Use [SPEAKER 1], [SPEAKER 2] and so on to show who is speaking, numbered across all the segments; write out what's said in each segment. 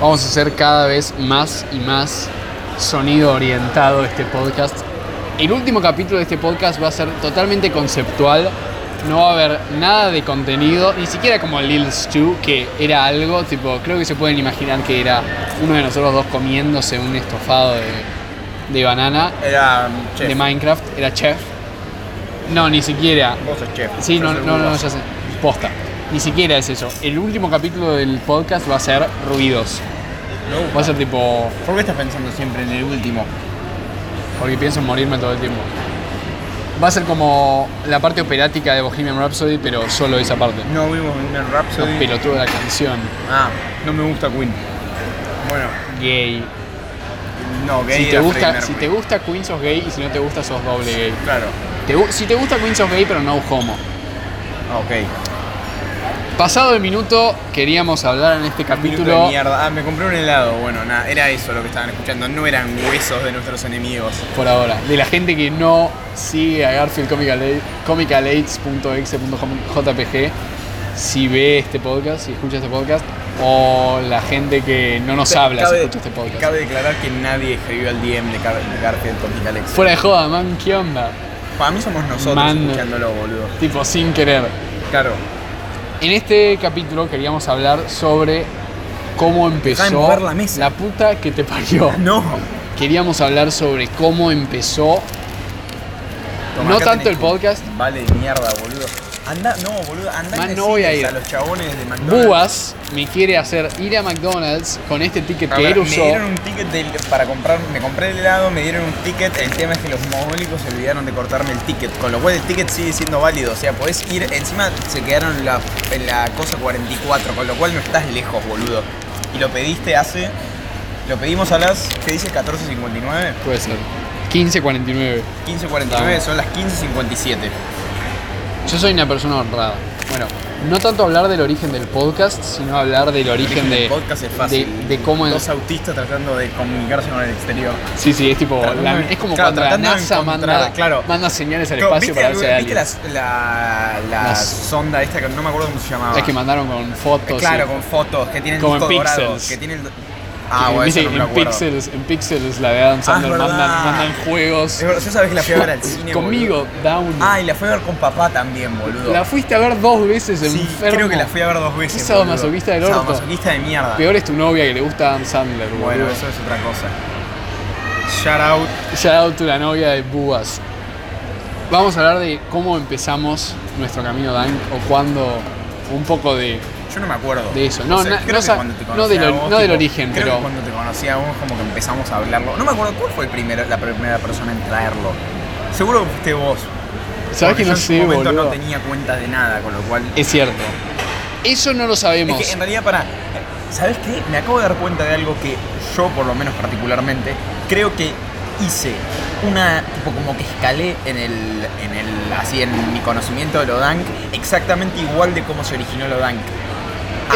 [SPEAKER 1] Vamos a hacer cada vez más y más sonido orientado este podcast. El último capítulo de este podcast va a ser totalmente conceptual. No va a haber nada de contenido, ni siquiera como Lil Stu, que era algo, tipo, creo que se pueden imaginar que era uno de nosotros dos comiéndose un estofado de, de banana
[SPEAKER 2] Era um, chef.
[SPEAKER 1] de Minecraft, era chef. No, ni siquiera.
[SPEAKER 2] Vos sos chef.
[SPEAKER 1] Sí,
[SPEAKER 2] yo
[SPEAKER 1] no,
[SPEAKER 2] soy
[SPEAKER 1] no, no,
[SPEAKER 2] vos.
[SPEAKER 1] ya sé. Posta. Ni siquiera es eso. El último capítulo del podcast va a ser ruidos.
[SPEAKER 2] Me gusta.
[SPEAKER 1] Va a ser tipo.
[SPEAKER 2] ¿Por qué estás pensando siempre en el último?
[SPEAKER 1] Porque pienso en morirme todo el tiempo. Va a ser como la parte operática de Bohemian Rhapsody, pero solo esa parte.
[SPEAKER 2] No vimos Bohemian Rhapsody.
[SPEAKER 1] Los pelotudos de la canción.
[SPEAKER 2] Ah, no me gusta Queen. Bueno,
[SPEAKER 1] Gay.
[SPEAKER 2] no, gay
[SPEAKER 1] Si te,
[SPEAKER 2] era
[SPEAKER 1] gusta,
[SPEAKER 2] Freddie
[SPEAKER 1] si te
[SPEAKER 2] Mercury.
[SPEAKER 1] gusta Queen sos gay y si no te gusta sos doble gay.
[SPEAKER 2] Claro.
[SPEAKER 1] Te gu- si te gusta Queen sos gay pero no homo.
[SPEAKER 2] Ah, ok.
[SPEAKER 1] Pasado el minuto, queríamos hablar en este
[SPEAKER 2] Minuto de
[SPEAKER 1] capítulo.
[SPEAKER 2] mierda. Ah, me compré un helado. Bueno, nada, era eso lo que estaban escuchando. No eran huesos de nuestros enemigos.
[SPEAKER 1] por ahora. De la gente que no sigue a Garfield Comical Aid- comicalates.exe.jpg si ve este podcast, si escucha este podcast, o la gente que no nos habla si
[SPEAKER 2] Cabe-
[SPEAKER 1] escucha este podcast.
[SPEAKER 2] Cabe declarar que nadie escribió al DM de, Gar- de Garfield con Nick Alex.
[SPEAKER 1] Fuera de joda, man, ¿qué onda?
[SPEAKER 2] Para mí somos nosotros
[SPEAKER 1] Man.
[SPEAKER 2] escuchándolo, boludo.
[SPEAKER 1] Tipo, sin querer.
[SPEAKER 2] Claro.
[SPEAKER 1] En este capítulo queríamos hablar sobre cómo
[SPEAKER 2] de
[SPEAKER 1] empezó
[SPEAKER 2] mover la mesa.
[SPEAKER 1] la puta que te parió.
[SPEAKER 2] No.
[SPEAKER 1] Queríamos hablar sobre cómo empezó
[SPEAKER 2] Toma,
[SPEAKER 1] no
[SPEAKER 2] acá
[SPEAKER 1] tanto el
[SPEAKER 2] tenés tu
[SPEAKER 1] podcast,
[SPEAKER 2] Vale de mierda, boludo. Anda, no, boludo, anda
[SPEAKER 1] Man, no voy a ir.
[SPEAKER 2] los chabones de McDonald's.
[SPEAKER 1] Bubas me quiere hacer ir a McDonald's con este ticket
[SPEAKER 2] A
[SPEAKER 1] que
[SPEAKER 2] ver,
[SPEAKER 1] él
[SPEAKER 2] me
[SPEAKER 1] usó.
[SPEAKER 2] dieron un ticket del- para comprar, me compré el helado, me dieron un ticket. El tema es que los mogólicos se olvidaron de cortarme el ticket, con lo cual el ticket sigue siendo válido. O sea, podés ir, encima se quedaron en la, en la cosa 44, con lo cual no estás lejos, boludo. Y lo pediste hace. Lo pedimos a las. ¿Qué dice? 14.59.
[SPEAKER 1] Puede ser. 15.49.
[SPEAKER 2] 15.49, son las 15.57.
[SPEAKER 1] Yo soy una persona honrada. Bueno, no tanto hablar del origen del podcast, sino hablar del origen de.
[SPEAKER 2] El podcast es fácil.
[SPEAKER 1] De, de cómo
[SPEAKER 2] Dos
[SPEAKER 1] es.
[SPEAKER 2] autistas tratando de comunicarse con el exterior.
[SPEAKER 1] Sí, sí, es tipo.
[SPEAKER 2] Tratando
[SPEAKER 1] la-
[SPEAKER 2] de-
[SPEAKER 1] es como
[SPEAKER 2] claro,
[SPEAKER 1] cuando la
[SPEAKER 2] tratando de
[SPEAKER 1] NASA
[SPEAKER 2] encontrar-
[SPEAKER 1] manda,
[SPEAKER 2] claro.
[SPEAKER 1] manda señales al
[SPEAKER 2] Claro,
[SPEAKER 1] espacio para ver si
[SPEAKER 2] ¿Viste,
[SPEAKER 1] hay
[SPEAKER 2] algo- ¿viste
[SPEAKER 1] alguien.
[SPEAKER 2] las- la, la
[SPEAKER 1] Las-
[SPEAKER 2] sonda esta que no me acuerdo cómo se llamaba?
[SPEAKER 1] Las que mandaron con fotos.
[SPEAKER 2] Ah. Eh,
[SPEAKER 1] eh,
[SPEAKER 2] claro,
[SPEAKER 1] y-
[SPEAKER 2] con fotos, que tienen
[SPEAKER 1] Como
[SPEAKER 2] disco
[SPEAKER 1] en
[SPEAKER 2] dorado,
[SPEAKER 1] Pixels.
[SPEAKER 2] que tienen... Ah,
[SPEAKER 1] y
[SPEAKER 2] bueno,
[SPEAKER 1] viste
[SPEAKER 2] eso no me
[SPEAKER 1] que
[SPEAKER 2] lo
[SPEAKER 1] en,
[SPEAKER 2] acuerdo. Ah,
[SPEAKER 1] Pixels, en Pixels la de Adam Sandler
[SPEAKER 2] es
[SPEAKER 1] mandan,
[SPEAKER 2] verdad.
[SPEAKER 1] mandan juegos.
[SPEAKER 2] Es verdad, Yo sabes que la fui a ver al cine,
[SPEAKER 1] Conmigo,
[SPEAKER 2] boludo.
[SPEAKER 1] Down.
[SPEAKER 2] Ah, y la fui a ver con papá también, boludo.
[SPEAKER 1] la fuiste a ver dos veces en
[SPEAKER 2] sí, creo que la fui a ver dos veces,
[SPEAKER 1] Qué
[SPEAKER 2] boludo.
[SPEAKER 1] sadomasoquista del orto.
[SPEAKER 2] Sadomasoquista de mierda.
[SPEAKER 1] Peor es tu novia que le gusta Adam Sandler, boludo.
[SPEAKER 2] Bueno, eso es otra cosa. Shout out.
[SPEAKER 1] Shout out to la novia de Bubas. Vamos a hablar de cómo empezamos nuestro camino Dank o cuando un poco de.
[SPEAKER 2] Yo no me acuerdo.
[SPEAKER 1] De eso. No,
[SPEAKER 2] O sea,
[SPEAKER 1] na-
[SPEAKER 2] creo
[SPEAKER 1] no
[SPEAKER 2] que
[SPEAKER 1] sa-
[SPEAKER 2] cuando te
[SPEAKER 1] no
[SPEAKER 2] conocí
[SPEAKER 1] del
[SPEAKER 2] a
[SPEAKER 1] ori-
[SPEAKER 2] vos,
[SPEAKER 1] no del
[SPEAKER 2] tipo,
[SPEAKER 1] origen,
[SPEAKER 2] creo
[SPEAKER 1] pero-
[SPEAKER 2] que cuando te conocí a vos, como que empezamos a hablarlo. No me acuerdo cuál fue el primero, la primera persona en traerlo. Seguro que fuiste vos.
[SPEAKER 1] ¿Sabes
[SPEAKER 2] porque
[SPEAKER 1] que
[SPEAKER 2] yo
[SPEAKER 1] no
[SPEAKER 2] en su
[SPEAKER 1] sé,
[SPEAKER 2] momento
[SPEAKER 1] boludo?
[SPEAKER 2] no tenía cuenta de nada, con lo cual.
[SPEAKER 1] Es cierto. Eso no lo sabemos.
[SPEAKER 2] Es que en realidad, para. ¿Sabes qué? Me acabo de dar cuenta de algo que yo, por lo menos particularmente, creo que hice una. Tipo, como que escalé en el. En el así, en mi conocimiento de lo dank, exactamente igual de cómo se originó lo dank.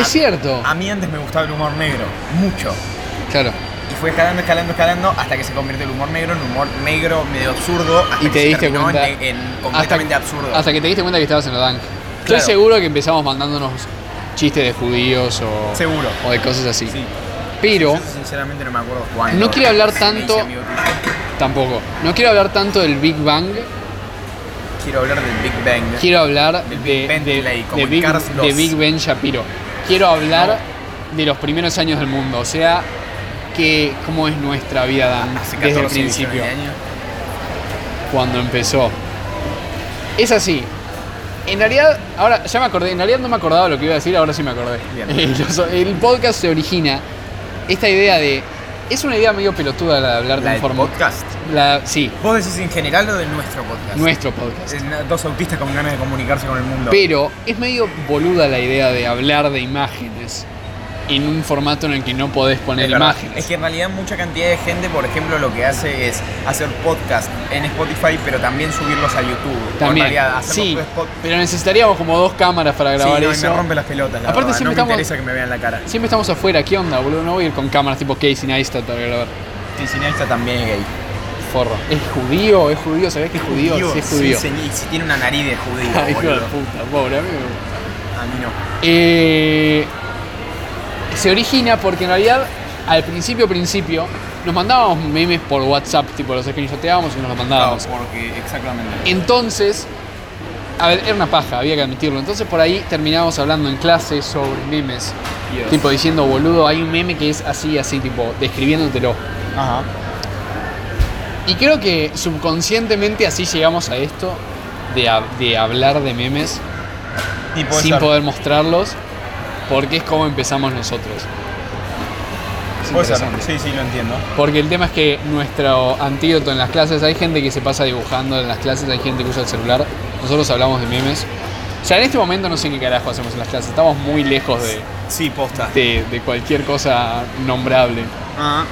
[SPEAKER 1] Es cierto.
[SPEAKER 2] A mí antes me gustaba el humor negro, mucho.
[SPEAKER 1] Claro.
[SPEAKER 2] Y fue escalando, escalando, escalando hasta que se convirtió el humor negro en humor negro, medio absurdo. Hasta
[SPEAKER 1] Y
[SPEAKER 2] que
[SPEAKER 1] te
[SPEAKER 2] se
[SPEAKER 1] diste
[SPEAKER 2] terminó
[SPEAKER 1] cuenta.
[SPEAKER 2] En, en completamente
[SPEAKER 1] hasta,
[SPEAKER 2] absurdo.
[SPEAKER 1] Hasta que te diste cuenta que estabas en lo Dank. Estoy
[SPEAKER 2] Claro.
[SPEAKER 1] seguro que empezamos mandándonos chistes de judíos o.
[SPEAKER 2] Seguro.
[SPEAKER 1] O de cosas así.
[SPEAKER 2] Sí.
[SPEAKER 1] Pero.
[SPEAKER 2] Yo sinceramente no me acuerdo cuándo.
[SPEAKER 1] No quiero hablar
[SPEAKER 2] Me
[SPEAKER 1] tanto-
[SPEAKER 2] dice amigo tuyo.
[SPEAKER 1] Tampoco. No quiero hablar tanto del Big Bang.
[SPEAKER 2] Quiero hablar del Big Bang.
[SPEAKER 1] Quiero hablar de,
[SPEAKER 2] Del Big
[SPEAKER 1] de,
[SPEAKER 2] Ben Delay, como
[SPEAKER 1] de
[SPEAKER 2] en
[SPEAKER 1] Big,
[SPEAKER 2] Cars
[SPEAKER 1] de
[SPEAKER 2] 2.
[SPEAKER 1] Big Ben Shapiro. Quiero hablar de los primeros años del mundo, o sea, que cómo es nuestra vida Dan,
[SPEAKER 2] Hace 14
[SPEAKER 1] desde el
[SPEAKER 2] millones de
[SPEAKER 1] principio,
[SPEAKER 2] años.
[SPEAKER 1] cuando empezó. Es así. En realidad, ahora ya me acordé, en realidad no me acordaba lo que iba a decir, ahora sí me acordé.
[SPEAKER 2] Bien.
[SPEAKER 1] Los- el podcast se origina esta idea de es una idea medio pelotuda la de hablar de
[SPEAKER 2] La
[SPEAKER 1] un
[SPEAKER 2] del
[SPEAKER 1] formato-
[SPEAKER 2] podcast.
[SPEAKER 1] La, sí,
[SPEAKER 2] Vos decís en general lo de nuestro podcast.
[SPEAKER 1] nuestro podcast.
[SPEAKER 2] Es na- Dos autistas con ganas de comunicarse con el mundo.
[SPEAKER 1] Pero es medio boluda la idea de hablar de imágenes en un formato en el que no podés poner
[SPEAKER 2] Es verdad.
[SPEAKER 1] imágenes.
[SPEAKER 2] Es que en realidad mucha cantidad de gente, por ejemplo, lo que hace es hacer podcast en Spotify, pero también subirlos a YouTube. O
[SPEAKER 1] También.
[SPEAKER 2] En realidad, hacer
[SPEAKER 1] Sí,
[SPEAKER 2] los pod-
[SPEAKER 1] pero necesitaríamos como dos cámaras para
[SPEAKER 2] Sí,
[SPEAKER 1] grabar
[SPEAKER 2] no, y
[SPEAKER 1] eso.
[SPEAKER 2] me rompe las pelotas. la
[SPEAKER 1] Aparte
[SPEAKER 2] verdad.
[SPEAKER 1] siempre
[SPEAKER 2] no me
[SPEAKER 1] estamos-
[SPEAKER 2] interesa que me vean la cara.
[SPEAKER 1] Siempre estamos afuera, ¿qué onda, boludo? No voy a ir con cámaras tipo Casey Neistat para grabar.
[SPEAKER 2] Sí, Sinaista también es gay.
[SPEAKER 1] Forro. ¿Es judío? ¿Es judío? ¿Sabés que es judío? Sí, es judío.
[SPEAKER 2] Sí, señor, y si tiene una nariz de judío,
[SPEAKER 1] Ay, hijo de
[SPEAKER 2] boludo.
[SPEAKER 1] puta, pobre amigo.
[SPEAKER 2] A mí no.
[SPEAKER 1] Eh, se origina porque en realidad al principio, principio, nos mandábamos memes por WhatsApp, tipo los screenshoteábamos y nos los
[SPEAKER 2] Claro,
[SPEAKER 1] mandábamos.
[SPEAKER 2] porque exactamente.
[SPEAKER 1] Entonces, a ver, era una paja, había que admitirlo. Entonces por ahí terminábamos hablando en clase sobre memes.
[SPEAKER 2] Yes.
[SPEAKER 1] Tipo diciendo, boludo, hay un meme que es así, así, tipo, describiéndotelo.
[SPEAKER 2] Ajá.
[SPEAKER 1] Y creo que subconscientemente así llegamos a esto de, hab- de hablar de memes
[SPEAKER 2] Y puede
[SPEAKER 1] sin
[SPEAKER 2] ser.
[SPEAKER 1] poder mostrarlos, porque es como empezamos nosotros. Es
[SPEAKER 2] Puede ser.
[SPEAKER 1] interesante.
[SPEAKER 2] Sí, sí, lo entiendo.
[SPEAKER 1] Porque el tema es que nuestro antídoto en las clases, hay gente que se pasa dibujando en las clases, hay gente que usa el celular, nosotros hablamos de memes. O sea, en este momento no sé qué carajo hacemos en las clases, estamos muy lejos de,
[SPEAKER 2] Sí, posta. Ah,
[SPEAKER 1] de- de cualquier cosa nombrable.
[SPEAKER 2] Ajá.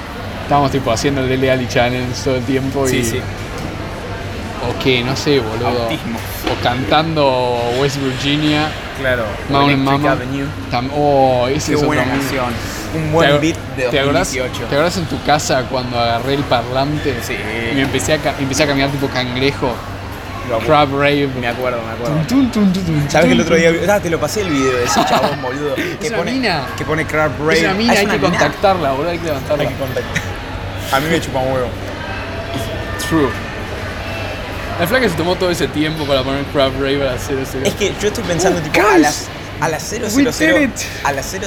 [SPEAKER 1] Estábamos tipo haciendo el Daily Challenge todo el tiempo y...
[SPEAKER 2] Sí, sí.
[SPEAKER 1] O qué, no sé, boludo.
[SPEAKER 2] Autismo.
[SPEAKER 1] O cantando West Virginia.
[SPEAKER 2] Claro.
[SPEAKER 1] Mountain
[SPEAKER 2] Electric
[SPEAKER 1] Mama.
[SPEAKER 2] Avenue.
[SPEAKER 1] Tam- oh, ese
[SPEAKER 2] Qué
[SPEAKER 1] es
[SPEAKER 2] buena
[SPEAKER 1] otro muy-
[SPEAKER 2] canción. Un
[SPEAKER 1] ¿Te
[SPEAKER 2] buen
[SPEAKER 1] ac-
[SPEAKER 2] beat de
[SPEAKER 1] ¿te acordás-
[SPEAKER 2] 2018.
[SPEAKER 1] ¿Te acuerdas en tu casa cuando agarré el parlante?
[SPEAKER 2] Sí.
[SPEAKER 1] Y me empecé a, ca- empecé a caminar tipo cangrejo,
[SPEAKER 2] Lo acu-
[SPEAKER 1] crab rave.
[SPEAKER 2] Me acuerdo, me acuerdo.
[SPEAKER 1] Tum, tum, tum, tum, tum,
[SPEAKER 2] ¿Sabes que el
[SPEAKER 1] tum,
[SPEAKER 2] otro día?
[SPEAKER 1] tum.
[SPEAKER 2] Ah, te lo pasé el video de ese chabón, boludo. Que
[SPEAKER 1] una
[SPEAKER 2] pone,
[SPEAKER 1] mina.
[SPEAKER 2] Que pone Crab Rave.
[SPEAKER 1] Es una mina,
[SPEAKER 2] Ah,
[SPEAKER 1] hay que
[SPEAKER 2] mina.
[SPEAKER 1] contactarla, boludo, hay que
[SPEAKER 2] Hay
[SPEAKER 1] levantarla.
[SPEAKER 2] que contactar. A mí me chupa un huevo.
[SPEAKER 1] True. La flaca se tomó todo ese tiempo para poner crab rave a las 00.
[SPEAKER 2] Es que yo estoy pensando,
[SPEAKER 1] Oh,
[SPEAKER 2] tipo, a
[SPEAKER 1] guys,
[SPEAKER 2] las, a las
[SPEAKER 1] we did
[SPEAKER 2] 000,
[SPEAKER 1] it.
[SPEAKER 2] a las 000,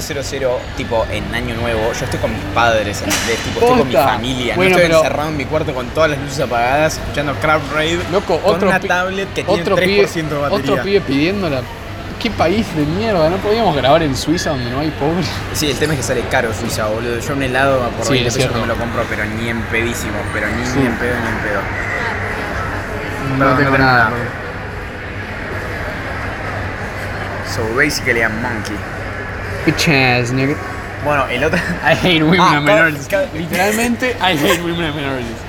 [SPEAKER 2] tipo, en Año Nuevo, yo estoy con mis padres, ¿entendés? tipo, estoy con mi
[SPEAKER 1] Posta.
[SPEAKER 2] familia,
[SPEAKER 1] Bueno,
[SPEAKER 2] no estoy
[SPEAKER 1] pero-
[SPEAKER 2] encerrado en mi cuarto con todas las luces apagadas, escuchando Crab Rave,
[SPEAKER 1] Loco,
[SPEAKER 2] con
[SPEAKER 1] otro
[SPEAKER 2] una
[SPEAKER 1] pi-
[SPEAKER 2] tablet que tiene
[SPEAKER 1] otro
[SPEAKER 2] 3%
[SPEAKER 1] pibe,
[SPEAKER 2] de batería.
[SPEAKER 1] Otro pibe pidiéndola. Qué país de mierda, no podíamos grabar en Suiza donde no hay pobres.
[SPEAKER 2] Sí, el tema es que sale caro Suiza, boludo. Yo un helado por
[SPEAKER 1] Sí,
[SPEAKER 2] 20
[SPEAKER 1] es
[SPEAKER 2] pesos
[SPEAKER 1] cierto.
[SPEAKER 2] no me lo compro, pero ni en pedísimo, pero ni,
[SPEAKER 1] Sí.
[SPEAKER 2] ni en pedo, ni en pedo.
[SPEAKER 1] No
[SPEAKER 2] Perdón,
[SPEAKER 1] tengo
[SPEAKER 2] tengo
[SPEAKER 1] nada,
[SPEAKER 2] nada. So basically a monkey.
[SPEAKER 1] Bitch ass, nigga.
[SPEAKER 2] Bueno, el otro...
[SPEAKER 1] I hate women
[SPEAKER 2] Ah,
[SPEAKER 1] and
[SPEAKER 2] ca-
[SPEAKER 1] minorities.
[SPEAKER 2] ca-
[SPEAKER 1] Literalmente, I hate women and minorities.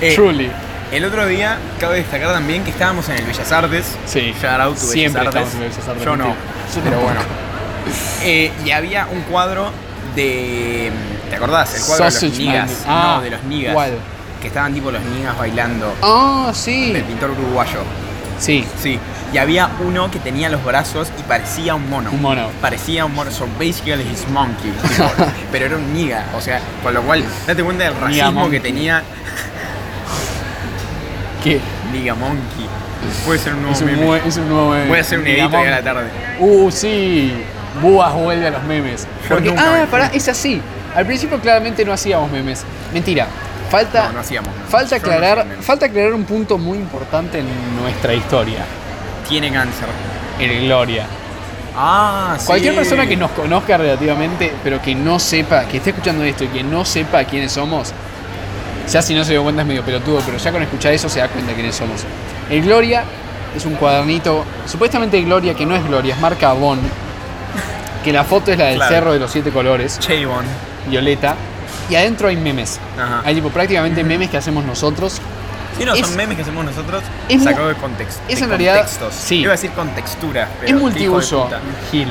[SPEAKER 2] Eh,
[SPEAKER 1] Truly.
[SPEAKER 2] El otro día cabe destacar también que estábamos en el Bellas Artes.
[SPEAKER 1] Sí.
[SPEAKER 2] Shout out to
[SPEAKER 1] Siempre
[SPEAKER 2] Bellas Artes.
[SPEAKER 1] estamos en Bellas Artes,
[SPEAKER 2] Yo no.
[SPEAKER 1] mentira. Yo
[SPEAKER 2] pero
[SPEAKER 1] tampoco.
[SPEAKER 2] bueno. Eh, y había un cuadro de. ¿Te acordás? El cuadro de los
[SPEAKER 1] Sausage Man.
[SPEAKER 2] nigas.
[SPEAKER 1] Ah,
[SPEAKER 2] no, de los nigas.
[SPEAKER 1] ¿cuál?
[SPEAKER 2] Que estaban tipo los nigas bailando.
[SPEAKER 1] Ah, sí.
[SPEAKER 2] Del pintor uruguayo.
[SPEAKER 1] Sí.
[SPEAKER 2] Sí. Y había uno que tenía los brazos y parecía un mono.
[SPEAKER 1] Un mono.
[SPEAKER 2] Parecía un mono. So basically his monkey. tipo, pero era un niga. O sea, con lo cual, date cuenta del
[SPEAKER 1] Niga
[SPEAKER 2] racismo
[SPEAKER 1] monkey.
[SPEAKER 2] que tenía
[SPEAKER 1] Que
[SPEAKER 2] Niga Monkey. Puede ser un nuevo
[SPEAKER 1] es un,
[SPEAKER 2] meme.
[SPEAKER 1] nue- es un nuevo meme.
[SPEAKER 2] Voy a hacer un edito
[SPEAKER 1] Digamos-
[SPEAKER 2] hoy a la tarde.
[SPEAKER 1] Uh, sí. Búas vuelve a los memes.
[SPEAKER 2] Yo
[SPEAKER 1] Porque,
[SPEAKER 2] nunca me
[SPEAKER 1] ah,
[SPEAKER 2] fui.
[SPEAKER 1] pará, es así. Al principio claramente no hacíamos memes. Mentira. Falta,
[SPEAKER 2] No, no hacíamos memes.
[SPEAKER 1] falta,
[SPEAKER 2] Yo no
[SPEAKER 1] aclarar,
[SPEAKER 2] hacía memes.
[SPEAKER 1] falta aclarar un punto muy importante en nuestra historia.
[SPEAKER 2] Tiene cáncer.
[SPEAKER 1] El Gloria.
[SPEAKER 2] Ah, sí.
[SPEAKER 1] Cualquier persona que nos conozca relativamente, pero que no sepa, que esté escuchando esto y que no sepa quiénes somos, ya si no se dio cuenta es medio pelotudo, pero ya con escuchar eso se da cuenta quiénes somos. El Gloria es un cuadernito, supuestamente Gloria, que no es Gloria, es marca Avon, que la foto es la del
[SPEAKER 2] Claro.
[SPEAKER 1] cerro de los siete colores,
[SPEAKER 2] Chabon.
[SPEAKER 1] violeta, y adentro hay memes.
[SPEAKER 2] Ajá.
[SPEAKER 1] Hay tipo prácticamente memes que hacemos nosotros.
[SPEAKER 2] Sí, no,
[SPEAKER 1] Es-
[SPEAKER 2] son memes que hacemos nosotros
[SPEAKER 1] es mu-
[SPEAKER 2] sacado de contexto.
[SPEAKER 1] es
[SPEAKER 2] de
[SPEAKER 1] en realidad-
[SPEAKER 2] contextos.
[SPEAKER 1] sí.
[SPEAKER 2] Iba a decir contextura, pero.
[SPEAKER 1] es
[SPEAKER 2] qué
[SPEAKER 1] multiuso,
[SPEAKER 2] hijo de puta.
[SPEAKER 1] Gil.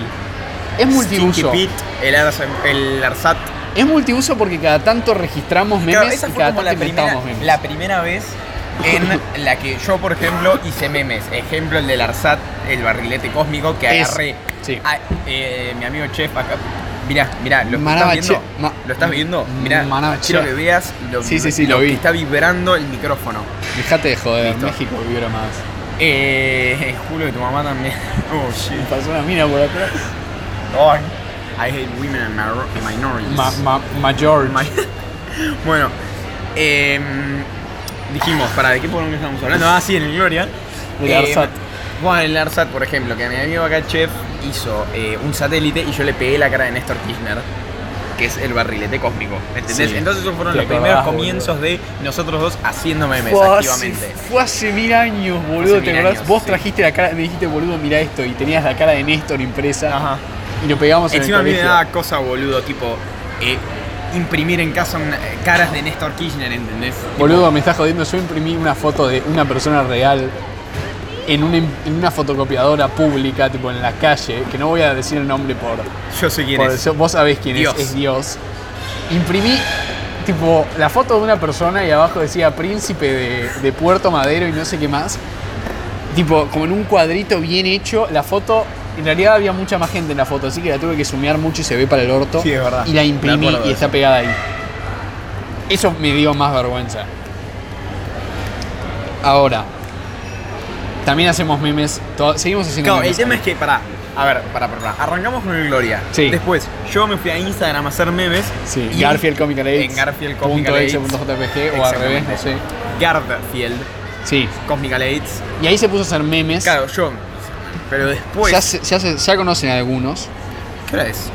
[SPEAKER 1] Es multiuso.
[SPEAKER 2] Stinky Pete, el, Ars- el Arsat.
[SPEAKER 1] Es multiuso porque cada tanto registramos memes
[SPEAKER 2] Claro, esa
[SPEAKER 1] y
[SPEAKER 2] fue
[SPEAKER 1] cada
[SPEAKER 2] como
[SPEAKER 1] tanto
[SPEAKER 2] la primera,
[SPEAKER 1] inventamos memes.
[SPEAKER 2] la primera vez en la que yo, por ejemplo, hice memes. Ejemplo, el del Arsat, el barrilete cósmico que
[SPEAKER 1] Es-
[SPEAKER 2] agarré.
[SPEAKER 1] sí.
[SPEAKER 2] Ah, eh, mi amigo Chef acá. Mirá, mirá, lo
[SPEAKER 1] Manaba
[SPEAKER 2] estás viendo.
[SPEAKER 1] Chef, ma-
[SPEAKER 2] ¿Lo estás viendo? Mirá,
[SPEAKER 1] Manaba
[SPEAKER 2] quiero
[SPEAKER 1] Chef.
[SPEAKER 2] que veas lo,
[SPEAKER 1] Sí, sí, sí, lo
[SPEAKER 2] que
[SPEAKER 1] vi.
[SPEAKER 2] está vibrando el micrófono.
[SPEAKER 1] Dejate de joder,
[SPEAKER 2] Listo.
[SPEAKER 1] México vibra más.
[SPEAKER 2] Eh, Julio y tu mamá también. Oh, shit.
[SPEAKER 1] Pasó una mina por atrás.
[SPEAKER 2] Ay. I hate women and minor- minorities.
[SPEAKER 1] Ma, ma, Major.
[SPEAKER 2] Ma- bueno, em, dijimos, para ¿de qué poronga estamos hablando? Ah, sí, en el Gloria.
[SPEAKER 1] Del
[SPEAKER 2] Em,
[SPEAKER 1] ARSAT.
[SPEAKER 2] Bueno, el ARSAT, por ejemplo, que mi amigo acá, Chef, hizo eh, un satélite y yo le pegué la cara de Néstor Kirchner, que es el barrilete cósmico. ¿Entendés?
[SPEAKER 1] Sí.
[SPEAKER 2] Entonces esos fueron
[SPEAKER 1] Te
[SPEAKER 2] los primeros
[SPEAKER 1] acordás,
[SPEAKER 2] comienzos de nosotros dos haciendo memes
[SPEAKER 1] fue, hace,
[SPEAKER 2] activamente.
[SPEAKER 1] fue hace mil años, boludo.
[SPEAKER 2] Hace
[SPEAKER 1] ¿Te
[SPEAKER 2] mil
[SPEAKER 1] acordás?
[SPEAKER 2] años,
[SPEAKER 1] Vos
[SPEAKER 2] sí.
[SPEAKER 1] trajiste la cara, me dijiste, boludo, mira esto. Y tenías la cara de Néstor impresa.
[SPEAKER 2] Ajá.
[SPEAKER 1] Y lo pegamos en
[SPEAKER 2] Encima a
[SPEAKER 1] el
[SPEAKER 2] mí me
[SPEAKER 1] colegio.
[SPEAKER 2] daba cosa, boludo, tipo, eh, imprimir en casa una- eh, caras de Néstor Kirchner, ¿entendés?
[SPEAKER 1] Boludo, me estás jodiendo. Yo imprimí una foto de una persona real en una, im- en una fotocopiadora pública, tipo en la calle, que no voy a decir el nombre por,
[SPEAKER 2] Yo sé quién
[SPEAKER 1] por
[SPEAKER 2] es.
[SPEAKER 1] eso- vos sabés quién
[SPEAKER 2] Dios.
[SPEAKER 1] es, es Dios. Imprimí tipo la foto de una persona y abajo decía príncipe de, de Puerto Madero y no sé qué más. Tipo, como en un cuadrito bien hecho, la foto En realidad había mucha más gente en la foto, así que la tuve que sumear mucho y se ve para el orto.
[SPEAKER 2] Sí, es verdad.
[SPEAKER 1] Y la imprimí
[SPEAKER 2] Me acuerdo
[SPEAKER 1] y
[SPEAKER 2] de
[SPEAKER 1] está
[SPEAKER 2] eso.
[SPEAKER 1] pegada ahí. Eso me dio más vergüenza. Ahora, también hacemos memes. to- Seguimos haciendo
[SPEAKER 2] Claro, el
[SPEAKER 1] memes.
[SPEAKER 2] tema es que, pará, a ver, pará, pará, pará. Arrancamos con el Gloria.
[SPEAKER 1] Sí.
[SPEAKER 2] Después, yo me fui a Instagram a hacer memes.
[SPEAKER 1] Sí,
[SPEAKER 2] y-
[SPEAKER 1] Garfield Comic Relates.
[SPEAKER 2] En Garfield Comic
[SPEAKER 1] punto exe
[SPEAKER 2] Relates.
[SPEAKER 1] punto JPG o al revés, no sé.
[SPEAKER 2] Exactamente. Garfield
[SPEAKER 1] Sí.
[SPEAKER 2] Comic Relates.
[SPEAKER 1] Y ahí se puso a hacer memes.
[SPEAKER 2] Claro, pues. yo. Pero después.
[SPEAKER 1] ya, se- ya se- ya conocen algunos.
[SPEAKER 2] ¿Qué hora es?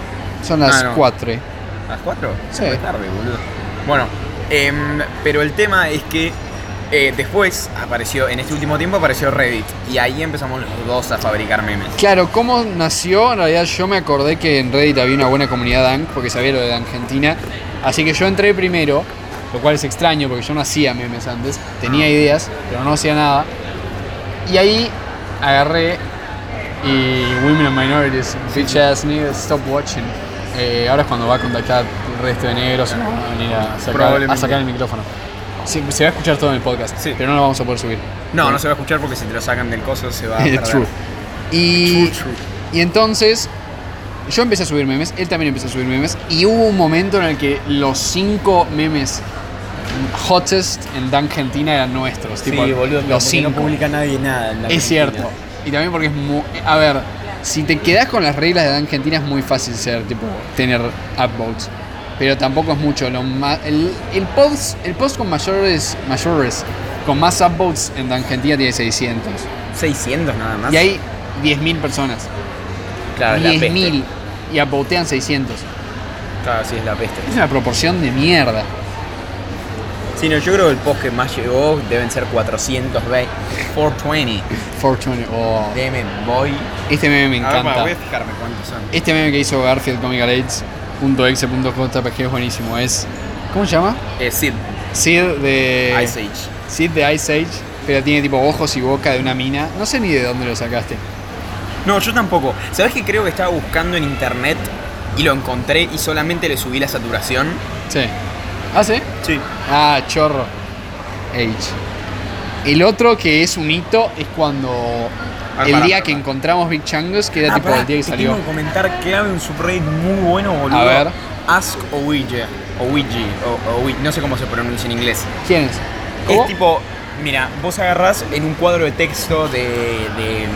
[SPEAKER 1] Son las
[SPEAKER 2] Ah, no.
[SPEAKER 1] 4.
[SPEAKER 2] ¿A las 4?
[SPEAKER 1] Sí.
[SPEAKER 2] tarde, boludo. Bueno, em, pero el tema es que eh, después apareció, en este último tiempo apareció Reddit. Y ahí empezamos los dos a fabricar memes.
[SPEAKER 1] Claro, ¿cómo nació? En realidad yo me acordé que en Reddit había una buena comunidad Dank, porque sabía lo de Argentina. Así que yo entré primero, lo cual es extraño porque yo no hacía memes antes. Tenía
[SPEAKER 2] Ah.
[SPEAKER 1] ideas, pero no hacía nada. Y ahí agarré y Women and Minorities, bitch ass niggas, stop watching. Eh, ahora es cuando va a contactar el resto de negros y nos van a venir a sacar, a
[SPEAKER 2] Probablemente.
[SPEAKER 1] sacar el micrófono. Sí, se va a escuchar todo en el podcast,
[SPEAKER 2] Sí.
[SPEAKER 1] pero no lo vamos a poder subir.
[SPEAKER 2] No, no se va a escuchar porque si te lo sacan del coso se va a. perder.
[SPEAKER 1] True. Y,
[SPEAKER 2] Ah, True, true.
[SPEAKER 1] y entonces yo empecé a subir memes, él también empezó a subir memes y hubo un momento en el que los cinco memes hottest en Dan Argentina eran nuestros, tipo los cinco.
[SPEAKER 2] nadie nada.
[SPEAKER 1] es cierto. Y también porque es muy, a ver, si te quedas con las reglas de Dan Argentina es muy fácil ser tipo tener upvotes. Pero tampoco es mucho. Lo ma- el, el post, el post con mayores, mayores, con más upvotes en Dan Argentina tiene 600.
[SPEAKER 2] 600 nada más.
[SPEAKER 1] Y hay 10.000 personas.
[SPEAKER 2] claro, es la peste.
[SPEAKER 1] 10.000 y apotean 600.
[SPEAKER 2] Claro, sí, es la peste.
[SPEAKER 1] Es una proporción de mierda.
[SPEAKER 2] Sí, no, yo creo que el post que más llegó deben ser 400, ve- 420.
[SPEAKER 1] Fortune, oh.
[SPEAKER 2] Demen, voy.
[SPEAKER 1] Este meme me encanta.
[SPEAKER 2] voy a fijarme cuántos son.
[SPEAKER 1] Este meme que hizo Garfield Comic Aids, punto exe, punto JPG es buenísimo. Es. ¿Cómo se llama?
[SPEAKER 2] Eh, Sid,
[SPEAKER 1] Sid de.
[SPEAKER 2] Ice Age.
[SPEAKER 1] Sid de Ice Age, pero tiene tipo ojos y boca de una mina. No sé ni de dónde lo sacaste.
[SPEAKER 2] No, yo tampoco. ¿Sabes que creo que estaba buscando en internet y lo encontré y solamente le subí la saturación?
[SPEAKER 1] Sí. ¿Ah, sí?
[SPEAKER 2] Sí.
[SPEAKER 1] Ah, chorro. Age. El otro que es un hito es cuando.
[SPEAKER 2] Ah,
[SPEAKER 1] el
[SPEAKER 2] pará,
[SPEAKER 1] día
[SPEAKER 2] pará,
[SPEAKER 1] que
[SPEAKER 2] pará.
[SPEAKER 1] encontramos Big Changos, que era tipo el día que salió.
[SPEAKER 2] Tengo Ah, que comentar clave un subreddit muy bueno, boludo.
[SPEAKER 1] A ver.
[SPEAKER 2] Ask Ouija. Ouija. O, Ouija. No sé cómo se pronuncia en inglés.
[SPEAKER 1] ¿Quién es? ¿Cómo?
[SPEAKER 2] Es tipo, mira, vos agarrás en un cuadro de texto de, de,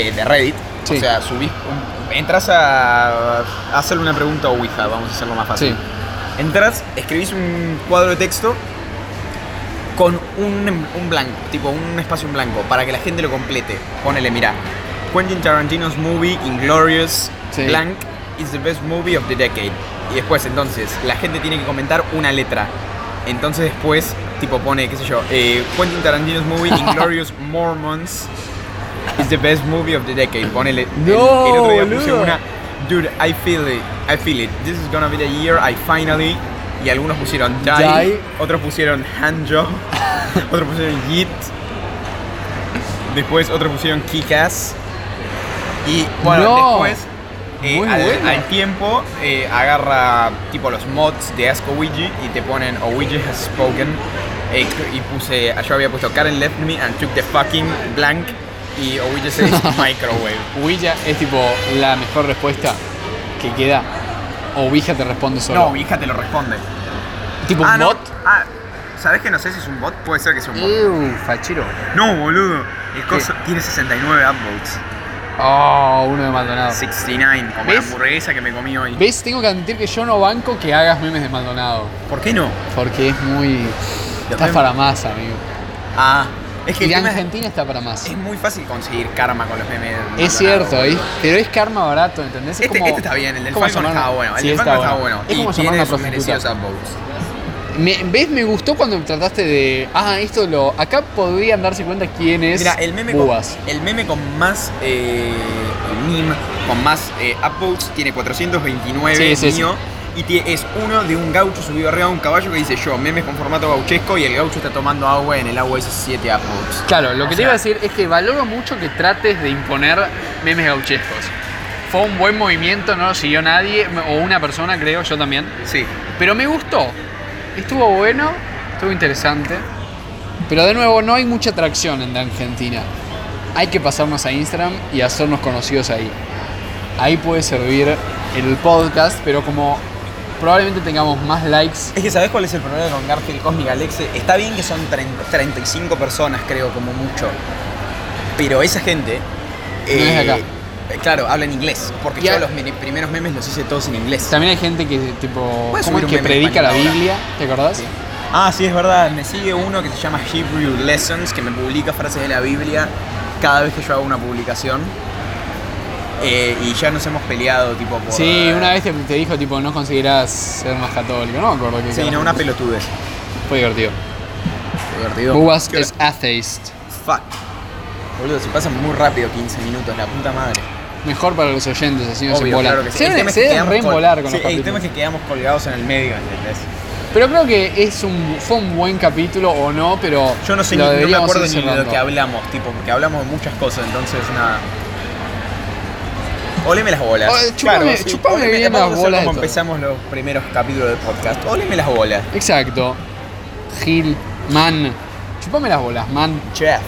[SPEAKER 2] eh, de Reddit,
[SPEAKER 1] Sí.
[SPEAKER 2] o sea, subís, un- entras a, a hacerle una pregunta a Ouija, vamos a hacerlo más fácil.
[SPEAKER 1] Sí.
[SPEAKER 2] Entras, escribís un cuadro de texto con un, un blanco, tipo un espacio en blanco, para que la gente lo complete. Ponele, mira, Quentin Tarantino's movie Inglorious
[SPEAKER 1] Sí.
[SPEAKER 2] Blank is the best movie of the decade. Y después, entonces, la gente tiene que comentar una letra. Entonces después, tipo pone, qué sé yo, eh, Quentin Tarantino's movie Inglorious Mormons is the best movie of the decade. Ponele, el-
[SPEAKER 1] No,
[SPEAKER 2] el, otro día puse
[SPEAKER 1] boludo.
[SPEAKER 2] una, dude, I feel it, I feel it. This is gonna be the year I finally... Y algunos pusieron die,
[SPEAKER 1] Die.
[SPEAKER 2] otros pusieron handjob, otros pusieron yeet, después otros pusieron kickass. Y bueno,
[SPEAKER 1] No.
[SPEAKER 2] después, eh,
[SPEAKER 1] Muy
[SPEAKER 2] al,
[SPEAKER 1] bueno.
[SPEAKER 2] al tiempo, eh, agarra tipo los mods de Ask Ouija y te ponen Ouija has spoken. eh, y puse, yo había puesto Karen left me and took the fucking blank. Y Ouija says microwave.
[SPEAKER 1] Ouija es tipo la mejor respuesta que queda. O Ouija te responde solo.
[SPEAKER 2] No, mi hija te lo responde.
[SPEAKER 1] tipo un
[SPEAKER 2] no.
[SPEAKER 1] bot. Eh.
[SPEAKER 2] Ah, ¿sabes que no sé si es un bot? Puede ser que sea un bot.
[SPEAKER 1] Ew, fachero.
[SPEAKER 2] No, boludo. El coso tiene 69 upvotes.
[SPEAKER 1] Oh, uno de Maldonado.
[SPEAKER 2] 69, como
[SPEAKER 1] ¿Ves?
[SPEAKER 2] la hamburguesa que me comí hoy.
[SPEAKER 1] ¿Ves? Tengo que admitir que yo no banco que hagas memes de Maldonado.
[SPEAKER 2] ¿Por qué no?
[SPEAKER 1] Porque es muy. Estás
[SPEAKER 2] memes.
[SPEAKER 1] para más, amigo.
[SPEAKER 2] Ah, es que
[SPEAKER 1] Y
[SPEAKER 2] el
[SPEAKER 1] en
[SPEAKER 2] tema es,
[SPEAKER 1] Argentina está para más.
[SPEAKER 2] es muy fácil conseguir karma con los memes. de Maldonado.
[SPEAKER 1] Es cierto, ¿eh? pero es karma barato, ¿entendés? Es
[SPEAKER 2] Este,
[SPEAKER 1] como-
[SPEAKER 2] este está bien, el del
[SPEAKER 1] ¿cómo
[SPEAKER 2] Falcon
[SPEAKER 1] llamar-
[SPEAKER 2] estaba bueno. El
[SPEAKER 1] Sí,
[SPEAKER 2] del
[SPEAKER 1] está
[SPEAKER 2] Falcon estaba bueno.
[SPEAKER 1] Es como
[SPEAKER 2] y
[SPEAKER 1] llamar a
[SPEAKER 2] tiene
[SPEAKER 1] una
[SPEAKER 2] sus
[SPEAKER 1] prostituta.
[SPEAKER 2] merecidos upvotes.
[SPEAKER 1] Me- ¿Ves? Me gustó cuando trataste de. Ah, esto lo. Acá podrían darse cuenta quién es.
[SPEAKER 2] Mira, el meme, con,
[SPEAKER 1] Bubas.
[SPEAKER 2] el meme con más eh, el meme, con más eh, upvotes tiene 429
[SPEAKER 1] Sí, sí, sí.
[SPEAKER 2] mío, Y tie- es uno de un gaucho subido arriba de un caballo que dice yo, memes con formato gauchesco y el gaucho está tomando agua en el agua dice 7 upvotes.
[SPEAKER 1] Claro, lo que
[SPEAKER 2] O
[SPEAKER 1] te iba a
[SPEAKER 2] sea-
[SPEAKER 1] decir es que valoro mucho que trates de imponer memes gauchescos. Fue un buen movimiento, no lo siguió nadie, o una persona creo, yo también.
[SPEAKER 2] Sí.
[SPEAKER 1] Pero me gustó. Estuvo bueno, estuvo interesante. Pero de nuevo, no hay mucha atracción en la Argentina. hay que pasarnos a Instagram y hacernos conocidos ahí. Ahí puede servir el podcast, pero como probablemente tengamos más likes
[SPEAKER 2] Es que ¿sabés cuál es el problema con Garfield Cosmic Alexe? Está bien que son 30 35 personas, creo, como mucho. Pero esa gente...
[SPEAKER 1] es de acá.
[SPEAKER 2] eh, Claro, hablan inglés. Porque
[SPEAKER 1] Y a-
[SPEAKER 2] yo los mini- primeros memes los hice todos en inglés.
[SPEAKER 1] También hay gente que tipo.
[SPEAKER 2] Puedes
[SPEAKER 1] ¿Cómo es
[SPEAKER 2] subir un
[SPEAKER 1] que
[SPEAKER 2] meme
[SPEAKER 1] predica la
[SPEAKER 2] español ahora.
[SPEAKER 1] Biblia? ¿Te acordás?
[SPEAKER 2] Sí. Ah, sí, es verdad. Me sigue uno que se llama Hebrew Lessons, que me publica frases de la Biblia cada vez que yo hago una publicación. Eh, y ya nos hemos peleado, tipo, por... eh,
[SPEAKER 1] Sí, una vez te, te dijo tipo no conseguirás ser más católico, no me acuerdo qué.
[SPEAKER 2] Sí,
[SPEAKER 1] carajo.
[SPEAKER 2] no, una pelotudez.
[SPEAKER 1] Fue divertido.
[SPEAKER 2] Divertido.
[SPEAKER 1] Bubas
[SPEAKER 2] ¿Qué hora?
[SPEAKER 1] es atheist.
[SPEAKER 2] Fuck. Boludo, se pasan muy rápido 15 minutos, la puta madre.
[SPEAKER 1] Mejor para los oyentes, así no se
[SPEAKER 2] Obvio,
[SPEAKER 1] embolan.
[SPEAKER 2] claro que sí.
[SPEAKER 1] Se
[SPEAKER 2] El
[SPEAKER 1] deben-
[SPEAKER 2] tema es
[SPEAKER 1] se
[SPEAKER 2] que
[SPEAKER 1] deben
[SPEAKER 2] quedamos
[SPEAKER 1] reembolar con
[SPEAKER 2] sí,
[SPEAKER 1] los
[SPEAKER 2] El
[SPEAKER 1] capítulos.
[SPEAKER 2] tema es que quedamos colgados en el medio, ¿entendés?
[SPEAKER 1] Pero creo que es un, fue un buen capítulo o no, pero.
[SPEAKER 2] Yo no sé,
[SPEAKER 1] lo
[SPEAKER 2] ni, no me
[SPEAKER 1] deberíamos
[SPEAKER 2] acuerdo
[SPEAKER 1] ir
[SPEAKER 2] ni de lo
[SPEAKER 1] cerrando.
[SPEAKER 2] que hablamos, tipo, porque hablamos de muchas cosas, entonces nada. Oleme las bolas.
[SPEAKER 1] Oh, chupame- chupame
[SPEAKER 2] oleme-
[SPEAKER 1] bien las
[SPEAKER 2] vamos a
[SPEAKER 1] bolas
[SPEAKER 2] hacer Como
[SPEAKER 1] de todo.
[SPEAKER 2] empezamos los primeros capítulos del podcast. Oleme las bolas.
[SPEAKER 1] Exacto. Gil, man. Chupame las bolas, man.
[SPEAKER 2] Chef.